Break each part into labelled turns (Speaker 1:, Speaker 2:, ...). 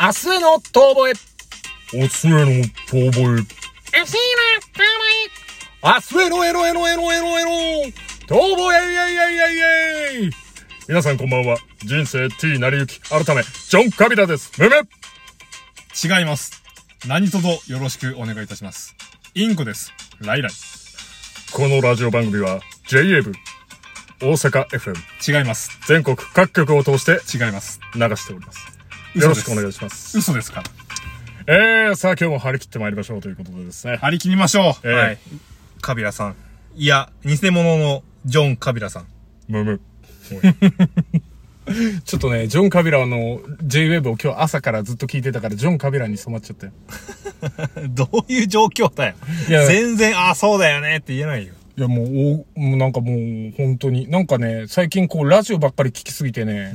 Speaker 1: 明日の遠吠え。
Speaker 2: おすすめの遠吠
Speaker 1: 明日の遠吠え。明日のエロエロエロエロエロ。遠吠えイエイエイエイエイ。
Speaker 2: え。皆さんこんばんは。人生 T なりゆき、改め、ジョン・カビラです。むむ
Speaker 3: 違います。何卒よろしくお願いいたします。インコです。ライライ。
Speaker 2: このラジオ番組は、JA 部、大阪 FM、
Speaker 3: 違います。
Speaker 2: 全国各局を通して
Speaker 3: 違います。
Speaker 2: 流しております。よろしくお願いします。
Speaker 3: 嘘ですから。
Speaker 2: えー、さあ今日も張り切ってまいりましょうということでですね。
Speaker 3: 張り切りましょう。
Speaker 2: えー
Speaker 4: はい。カビラさん。いや、偽物のジョン・カビラさん。
Speaker 2: むむ。
Speaker 1: ちょっとね、ジョン・カビラの J-Wave を今日朝からずっと聞いてたから、ジョン・カビラに染まっちゃったよ。
Speaker 4: どういう状況だよ。
Speaker 1: いや
Speaker 4: 全然、あ、そうだよねって言えないよ。
Speaker 1: いや、もう、おもうなんかもう、本当に。なんかね、最近こう、ラジオばっかり聞きすぎてね、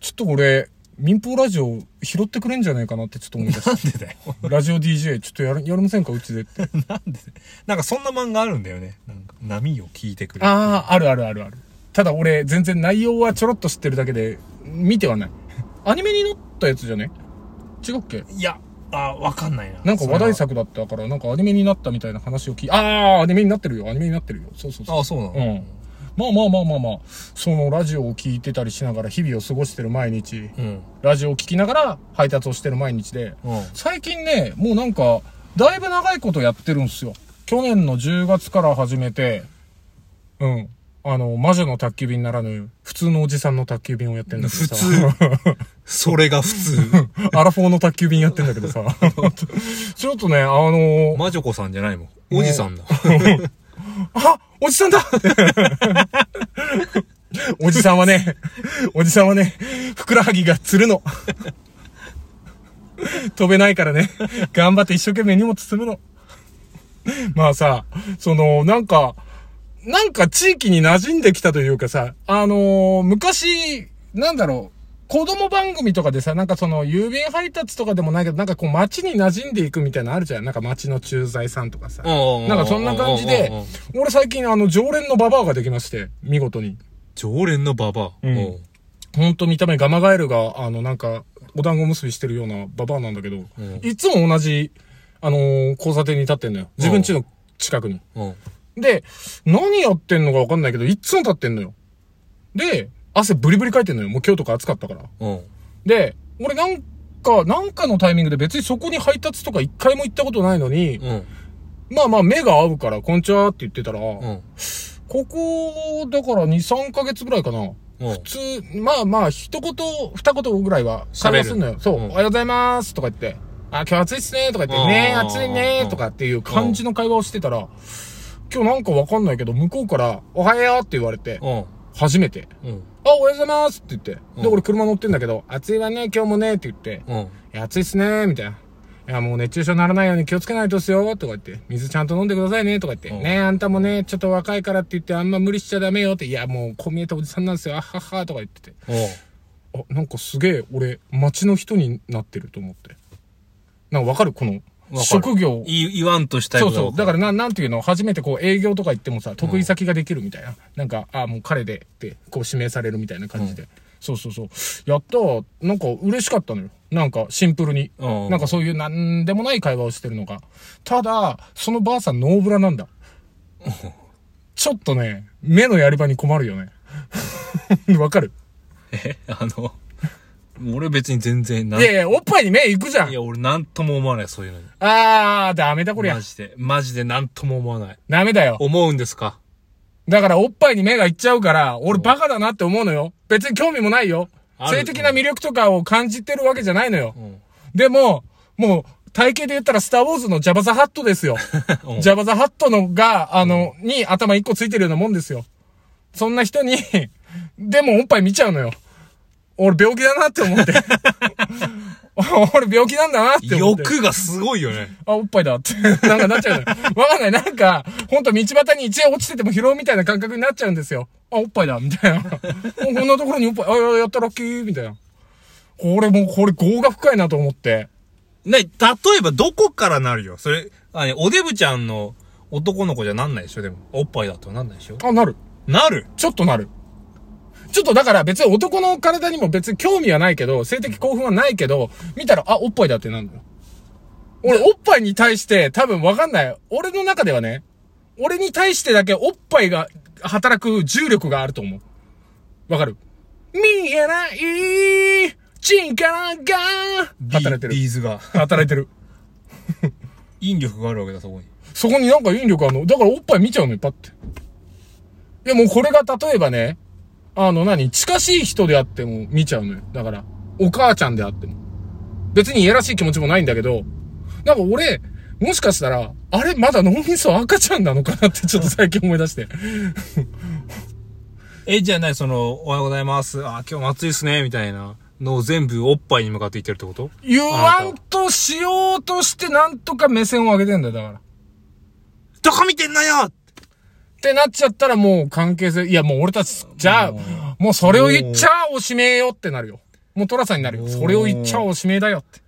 Speaker 1: ちょっと俺、民放ラジオ拾ってくれんじゃないかなってちょっと思い出 した。
Speaker 4: なんでだよ。
Speaker 1: ラジオ DJ ちょっとやる、やりませんかうちでって。
Speaker 4: なんかそんな漫画あるんだよね。なんか波を聞いてくる。
Speaker 1: ああ、あるあるあるある。ただ俺、全然内容はちょろっと知ってるだけで、見てはない。アニメになったやつじゃね違うっけ
Speaker 4: いや、あ、わかんないな。
Speaker 1: なんか話題
Speaker 4: さ
Speaker 1: 作だったから、なんかアニメになったみたいな話を聞いああ、アニメになってるよ、アニメになってるよ。そうそうそう。
Speaker 4: あ、そうなの、
Speaker 1: うん。まあまあまあまあまあ、そのラジオを聞いてたりしながら日々を過ごしてる毎日、
Speaker 4: うん。
Speaker 1: ラジオを聞きながら配達をしてる毎日で、
Speaker 4: うん。
Speaker 1: 最近ね、もうなんか、だいぶ長いことやってるんすよ。去年の10月から始めて、うん。あの、魔女の宅急便ならぬ、普通のおじさんの宅急便をやってんだけど
Speaker 4: 普
Speaker 1: さ。
Speaker 4: 通。それが普通。
Speaker 1: アラフォーの宅急便やってんだけどさ。 ちょっとね、あの
Speaker 4: 魔女子さんじゃないもん。おじさんだ。
Speaker 1: あおじさんだおじさんはね、おじさんはね、ふくらはぎがつるの。飛べないからね、頑張って一生懸命荷物積むの。まあさ、その、なんか、なんか地域に馴染んできたというかさ、あのー昔、なんだろう、子供番組とかでさ、なんかその、郵便配達とかでもないけど、なんかこう街に馴染んでいくみたいなのあるじゃん。なんか街の駐在さんとかさ。
Speaker 4: うん
Speaker 1: なんかそんな感じで
Speaker 4: うんうんうん、
Speaker 1: 俺最近あの、常連のババアができまして、見事に。
Speaker 4: 常連のババア。
Speaker 1: ん
Speaker 4: おう
Speaker 1: ほんと見た目ガマガエルが、あの、なんか、お団子結びしてるようなババアなんだけど、
Speaker 4: ん
Speaker 1: いつも同じ、あのー交差点に立ってんのよ。自分家の近くに。
Speaker 4: うん。
Speaker 1: で、何やってんのかわかんないけど、いっつも立ってんのよ。で、汗ブリブリかいてんのよ。もう今日とか暑かったから。
Speaker 4: うん。
Speaker 1: で、俺なんか、なんかのタイミングで別にそこに配達とか一回も行ったことないのに、
Speaker 4: うん。
Speaker 1: まあまあ目が合うから、こんにちはって言ってたら、
Speaker 4: うん。
Speaker 1: ここ、だから2、3ヶ月ぐらいかな。
Speaker 4: うん。
Speaker 1: 普通、まあまあ、一言、二言ぐらいは会話すんのよ。そう、
Speaker 4: うん
Speaker 1: おはようございますとか言って、あ、今日暑いっすねとか言って、
Speaker 4: うん
Speaker 1: ねえ、暑いね
Speaker 4: うん
Speaker 1: とかっていう感じの会話をしてたら、今日なんかわかんないけど、向こうから、おはようって言われて、
Speaker 4: うん。
Speaker 1: 初めて、
Speaker 4: うん。
Speaker 1: あ、おはようございますって言って、で、
Speaker 4: うん
Speaker 1: 俺車乗ってんだけど、暑いわね、今日もねって言って、
Speaker 4: うん。
Speaker 1: いや暑いっすねみたいな。いや、もう熱中症にならないように気をつけないとっすよ、とか言って。水ちゃんと飲んでくださいね、とか言って。
Speaker 4: うん
Speaker 1: ねえあんたもね、ちょっと若いからって言ってあんま無理しちゃダメよって。いや、もうこう見えたおじさんなんですよ、あはは、とか言ってて。
Speaker 4: うん。
Speaker 1: あ、なんかすげえ、俺、街の人になってると思って。なんかわかるこの、
Speaker 4: る
Speaker 1: 職業。
Speaker 4: い言わんとしたい
Speaker 1: そ
Speaker 4: こ
Speaker 1: う
Speaker 4: とが
Speaker 1: そ
Speaker 4: わ
Speaker 1: う。
Speaker 4: る
Speaker 1: だからな、なんていうの、初めてこう営業とか行ってもさ、得意先ができるみたいな。なんか、あもう彼でって、こう指名されるみたいな感じで。そうそうそう。やったわなんか嬉しかったのよ。なんかシンプルに。
Speaker 4: うん
Speaker 1: なんかそういうなんでもない会話をしてるのが。ただ、そのばあさんノーブラなんだ。ちょっとね、目のやり場に困るよね。 わかる
Speaker 4: え、 あの、俺別に全然なん、
Speaker 1: いやいや、おっぱいに目行くじゃん
Speaker 4: いや、俺なんとも思わない、そういうのに。
Speaker 1: あー、ダメだこりゃ
Speaker 4: マ。ジで。マジでなんとも思わない。
Speaker 1: ダメだよ。
Speaker 4: 思うんですか
Speaker 1: だからおっぱいに目がいっちゃうから、俺バカだなって思うのよ。別に興味もないよ。
Speaker 4: ある
Speaker 1: 性的な魅力とかを感じてるわけじゃないのよ。
Speaker 4: ん
Speaker 1: でも、もう、体型で言ったらスターウォーズのジャバザハットですよ。
Speaker 4: うん
Speaker 1: ジャバザハットのが、あの、に頭一個ついてるようなもんですよ。そんな人に、 でもおっぱい見ちゃうのよ。俺病気だなって思 って。 俺病気なんだなって思って。
Speaker 4: 欲がすごいよね。
Speaker 1: あ、おっぱいだって、 なんかなっちゃうのよ。わかんない。なんか、ほんと道端に一円落ちてても拾うみたいな感覚になっちゃうんですよ。あ、おっぱいだ、みたいな。 もうこんなところにおっぱい、あ、ややったらラッキー、みたいな。これもう、これ、業が深いなと思って。
Speaker 4: ね、例えばどこからなるよ。それ、あね、おデブちゃんの男の子じゃなんないでしょ、でも。おっぱいだとなんないでしょ。
Speaker 1: あ、なる。
Speaker 4: なる
Speaker 1: ちょっとなる。ちょっとだから別に男の体にも別に興味はないけど、性的興奮はないけど、見たら、あ、おっぱいだってなるのよ。俺、おっぱいに対して多分わかんない。俺の中ではね、俺に対してだけおっぱいが働く重力があると思う。わかる見えない力が働いてる。
Speaker 4: ビーズが。
Speaker 1: 働いてる。
Speaker 4: 引力があるわけだ、そこに。
Speaker 1: そこになんか引力あるの。だからおっぱい見ちゃうのよ、パって。いや、もうこれが例えばね、あの何、近しい人であっても見ちゃうのよ。だから、お母ちゃんであっても。別にいやらしい気持ちもないんだけど、なんか俺、もしかしたら、あれ、まだ脳みそ赤ちゃんなのかなってちょっと最近思い出して。
Speaker 4: え、じゃあね、その、おはようございます。あ、今日も暑いっすね、みたいなのを全部おっぱいに向かって言ってるってこと
Speaker 1: 言わんとしようとしてなんとか目線を上げてんだよ、だから。
Speaker 4: どこ見てんのよ
Speaker 1: ってなっちゃったらもう関係性、いやもう俺たち、じゃあ、もうそれを言っちゃおしめよってなるよ。もうトラさんになるよ。それを言っちゃおしめだよって。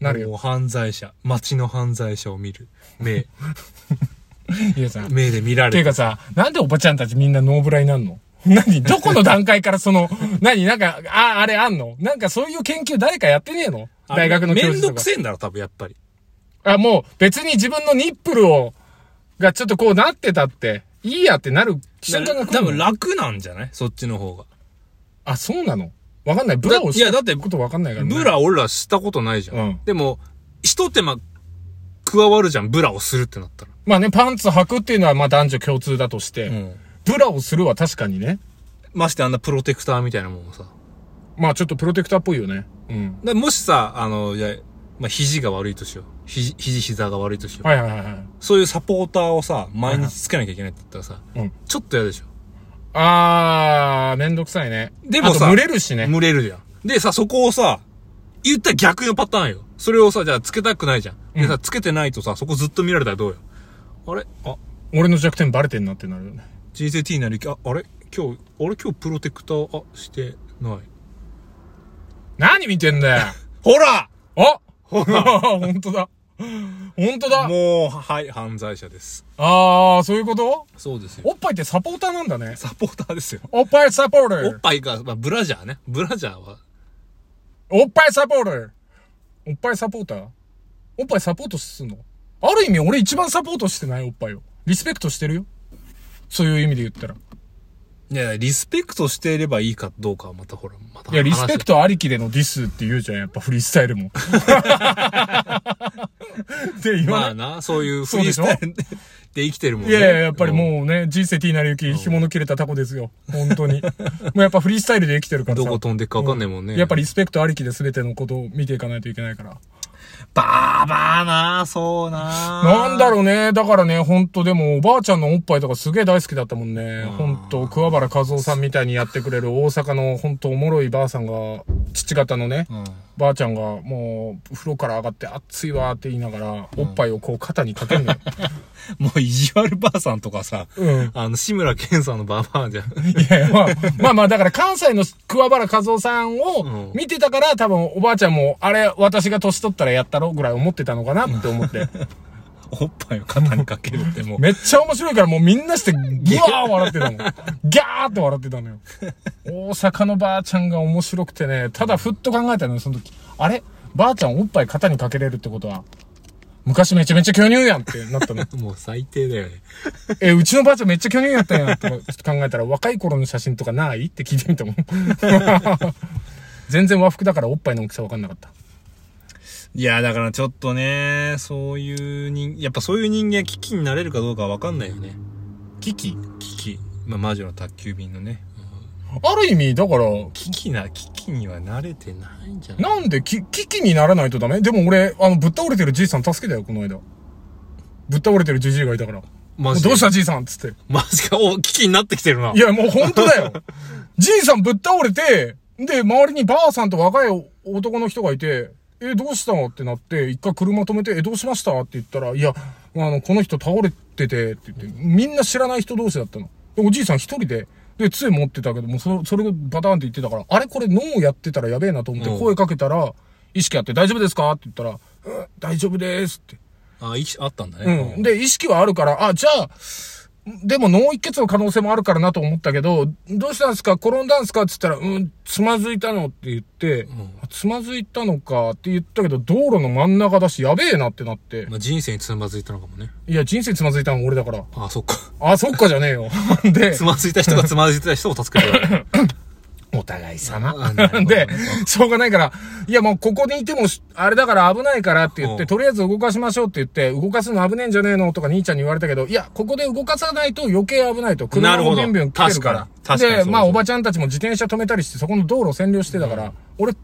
Speaker 1: なる
Speaker 4: もう
Speaker 1: よ。
Speaker 4: 犯罪者。街の犯罪者を見る。目、
Speaker 1: いやさ。っ
Speaker 4: 目で見ら
Speaker 1: てい
Speaker 4: れ
Speaker 1: う
Speaker 4: る。
Speaker 1: かさ、なんでおばちゃんたちみんなノーブラになんの 何どこの段階からその、何なんか、あ、あれあんのなんかそういう研究誰かやってねえの大学の教
Speaker 4: めん
Speaker 1: 授
Speaker 4: ど
Speaker 1: と
Speaker 4: く
Speaker 1: か。
Speaker 4: せえんだろ、多分、やっぱり。
Speaker 1: あ、もう別に自分のニップルを、がちょっとこうなってたって、いいやってなる瞬間が来るの
Speaker 4: 多分楽なんじゃないそっちの方が。
Speaker 1: あ、そうなのわかんない。ブラを
Speaker 4: だいやだって
Speaker 1: ことわかんないからね。
Speaker 4: ブラ俺らしたことないじゃん。
Speaker 1: うん
Speaker 4: でも、一手間加わるじゃん、ブラをするってなったら。
Speaker 1: まあね、パンツ履くっていうのはまあ男女共通だとして、
Speaker 4: うん。
Speaker 1: ブラをするは確かにね。
Speaker 4: ましてあんなプロテクターみたいなもんをさ。
Speaker 1: まあちょっとプロテクターっぽいよね。うん。
Speaker 4: でもしさ、あの、いや、まあ、肘が悪いとしよう。肘、肘、膝が悪いとしよう。
Speaker 1: はいはいはいはい。
Speaker 4: そういうサポーターをさ、毎日つけなきゃいけないって言ったらさ、
Speaker 1: うん
Speaker 4: ちょっと嫌でしょ。
Speaker 1: あー、めんどくさいね。
Speaker 4: でもさ
Speaker 1: あと蒸れるしね。
Speaker 4: 蒸れるじゃん。でさ、そこをさ、言ったら逆のパターンよ。それをさ、じゃあつけたくないじゃん。でさ、つけてないとさ、そこずっと見られたらどうよ。あれあ、
Speaker 1: 俺の弱点バレてんなってなるよね。
Speaker 4: 人生 T になりき、あ、あれ今日、あれ今日プロテクター、あ、してない。
Speaker 1: 何見てん だよ
Speaker 4: ほら
Speaker 1: あほら 本当だ。本当だ。
Speaker 4: もう、はい、犯罪者です。
Speaker 1: あー、そういうこと
Speaker 4: そうですよ。
Speaker 1: おっぱいってサポーターなんだね。
Speaker 4: サポーターですよ。
Speaker 1: おっぱいサポータ
Speaker 4: おっ
Speaker 1: ー。
Speaker 4: ぱいが、まあ、ブラジャーね。ブラジャーは、
Speaker 1: おっぱいサポーター。おっぱいサポーターおっぱいサポートすんのある意味俺一番サポートしてないおっぱいを。リスペクトしてるよ。そういう意味で言ったら。
Speaker 4: いや、リスペクトしていればいいかどうかはまたほら、また
Speaker 1: いや、リスペク
Speaker 4: ト。
Speaker 1: トありきでのディスって言うじゃん、やっぱフリースタイルも。って言
Speaker 4: ま
Speaker 1: わ
Speaker 4: あ
Speaker 1: ない。
Speaker 4: な、そういうフ
Speaker 1: そう
Speaker 4: リ
Speaker 1: で
Speaker 4: ー
Speaker 1: し
Speaker 4: ス
Speaker 1: ょ
Speaker 4: タイルでで生きてるもん
Speaker 1: い
Speaker 4: ね。
Speaker 1: やいや、やっぱりもうね、人生 T なりゆき、紐の切れたタコですよ。本当に。もうやっぱフリースタイルで生きてるから
Speaker 4: ど
Speaker 1: さ。
Speaker 4: こ飛んでっかわかんないもんね。
Speaker 1: やっぱリスペクトありきで全てのことを見ていかないといけないから。
Speaker 4: バーバーな、そうな。
Speaker 1: なんだろうね。だからね、ほんとでも、おばあちゃんのおっぱいとかすげえ大好きだったもんね。ほんと、桑原和夫さんみたいにやってくれる大阪のほんとおもろいばあさんが、父方のね、ばあちゃんがもう、風呂から上がって暑いわーって言いながら、おっぱいをこう肩にかけるのよ。
Speaker 4: もう意地悪ばあさんとかさ、
Speaker 1: うん
Speaker 4: あの、志村けんさんのバーバーじゃん。
Speaker 1: いやいや、まあ、まあまあ、だから関西の桑原和夫さんを見てたから、多分おばあちゃんも、あれ、私が年取ったらやったろぐらい思ってたのかなって思って。
Speaker 4: おっぱいを肩にかけるってもう。
Speaker 1: めっちゃ面白いからもうみんなして、ギワー笑ってたもん。ギャーって笑ってたのよ。大阪のばあちゃんが面白くてね、ただふっと考えたのよ、その時。あればあちゃんおっぱい肩にかけれるってことは、昔めちゃめちゃ巨乳やんってなったの。
Speaker 4: もう最低だよね。
Speaker 1: え、うちのばあちゃんめっちゃ巨乳やったんやんとか、ちょっと考えたら若い頃の写真とかないって聞いてみたも ん。全然和服だからおっぱいの大きさわかんなかった。
Speaker 4: いや、だからちょっとね、そういう人、やっぱそういう人間危機になれるかどうかはわかんないよね。
Speaker 1: キキ
Speaker 4: 危機。まあ、魔女の宅急便のね。
Speaker 1: ある意味、だから、
Speaker 4: 危機な、危機には慣れてないんじゃない
Speaker 1: なんでき、危機にならないとダメでも俺、あの、ぶっ倒れてるじいさん助けたよ、この間。ぶっ倒れてるじじいがいたから。
Speaker 4: マ
Speaker 1: どうしたじいさんっつって。
Speaker 4: マジか、お、危機になってきてるな。
Speaker 1: いや、もう本当 だよ。じいさんぶっ倒れて、で、周りにばあさんと若い男の人がいて、え、どうしたのってなって、一回車止めて、え、どうしましたって言ったら、いや、あの、この人倒れてて、って言って、みんな知らない人同士だったの。でおじいさん一人で、で、杖持ってたけども、そそれをバターンって言ってたから、あれこれ脳やってたらやべえなと思って
Speaker 4: うん
Speaker 1: 声かけたら、意識あって大丈夫ですかって言ったら、うん、大丈夫ですって。
Speaker 4: あ、いあったんだ
Speaker 1: う
Speaker 4: ね。
Speaker 1: ん。で、意識はあるから、あ、じゃあ、でも脳一血の可能性もあるからなと思ったけど、どうしたんですか転んだんですかって言ったら、うん、つまずいたのって言って、あつまずいたのかって言ったけど、道路の真ん中だし、やべえなってなって。
Speaker 4: まあ、人生につまずいたのかもね。
Speaker 1: いや、人生つまずいたの俺だから。
Speaker 4: ああ、そっか。
Speaker 1: あ、そっかじゃねえよ。 で
Speaker 4: つ、まずいた人がつまずいた人を助けてる。
Speaker 1: お互い
Speaker 4: あ
Speaker 1: 様
Speaker 4: なるほど。
Speaker 1: で、
Speaker 4: ね
Speaker 1: しょうがないから、いやもうここにいてもし、あれだから危ないからって言っ
Speaker 4: う
Speaker 1: て、
Speaker 4: ん
Speaker 1: とりあえず動かしましょうって言って、動かすの危ねえんじゃねえのとか兄ちゃんに言われたけど、いや、ここで動かさないと余計危ないと。車
Speaker 4: なる
Speaker 1: も
Speaker 4: ほど
Speaker 1: ビュンビュン来てるから。
Speaker 4: 確かに確かにそう
Speaker 1: で、
Speaker 4: そう
Speaker 1: まあおばちゃんたちも自転車止めたりして、そこの道路を占領してたから、俺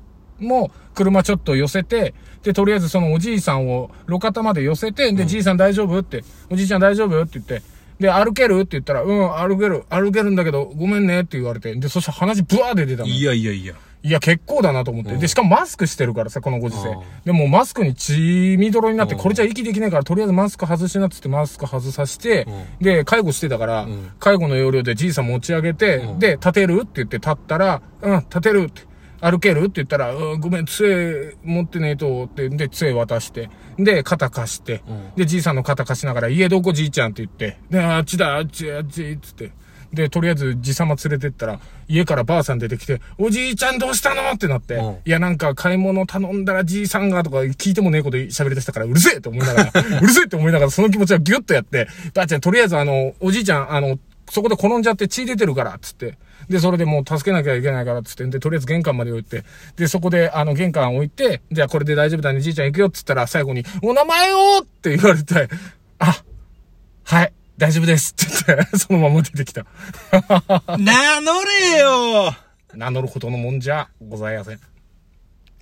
Speaker 1: も車ちょっと寄せて、で、とりあえずそのおじいさんを路肩まで寄せて、で、じいさん大丈夫って、おじいちゃん大丈夫って言って、で、歩けるって言ったら、うん、歩ける、歩けるんだけど、ごめんねって言われて、で、そして鼻血ブワーで出たの。
Speaker 4: いやいやいや。
Speaker 1: いや、結構だなと思って。で、しかもマスクしてるからさ、このご時世
Speaker 4: ああ。
Speaker 1: でもうマスクに血みどろになって、
Speaker 4: うん
Speaker 1: これじゃ息できないから、とりあえずマスク外しなっつってマスク外させて
Speaker 4: う、
Speaker 1: で、介護してたから
Speaker 4: ん、
Speaker 1: 介護の要領でじいさん持ち上げて
Speaker 4: う、ん
Speaker 1: で、立てるって言って立ったら、うん、立てるって。歩けるって言ったら、うん、ごめん、杖持ってねえと、って、で、杖渡して、で、肩貸して、
Speaker 4: ん
Speaker 1: で、じいさんの肩貸しながら、家どこじいちゃんって言って、で、あっちだ、あっち、あっち、つって。で、とりあえず、じさま連れてったら、家からばあさん出てきて、おじいちゃんどうしたのってなって、
Speaker 4: うん
Speaker 1: いや、なんか買い物頼んだらじいさんがとか聞いてもねえこと喋り出したから、うるせえって思いながら、うるせえって思いながら、その気持ちはギュッとやって、ばあちゃん、とりあえずあの、おじいちゃん、あの、そこで転んじゃって血出てるから、つって。で、それでもう助けなきゃいけないから、つって。で、とりあえず玄関まで置いて。で、そこで、あの、玄関置いて、じゃあこれで大丈夫だね、じいちゃん行くよ、っつったら、最後に、お名前をって言われて、あ、はい、大丈夫です、って言って、そのまま出てきた。
Speaker 4: 名乗れよ
Speaker 1: 名乗るほどのもんじゃございません。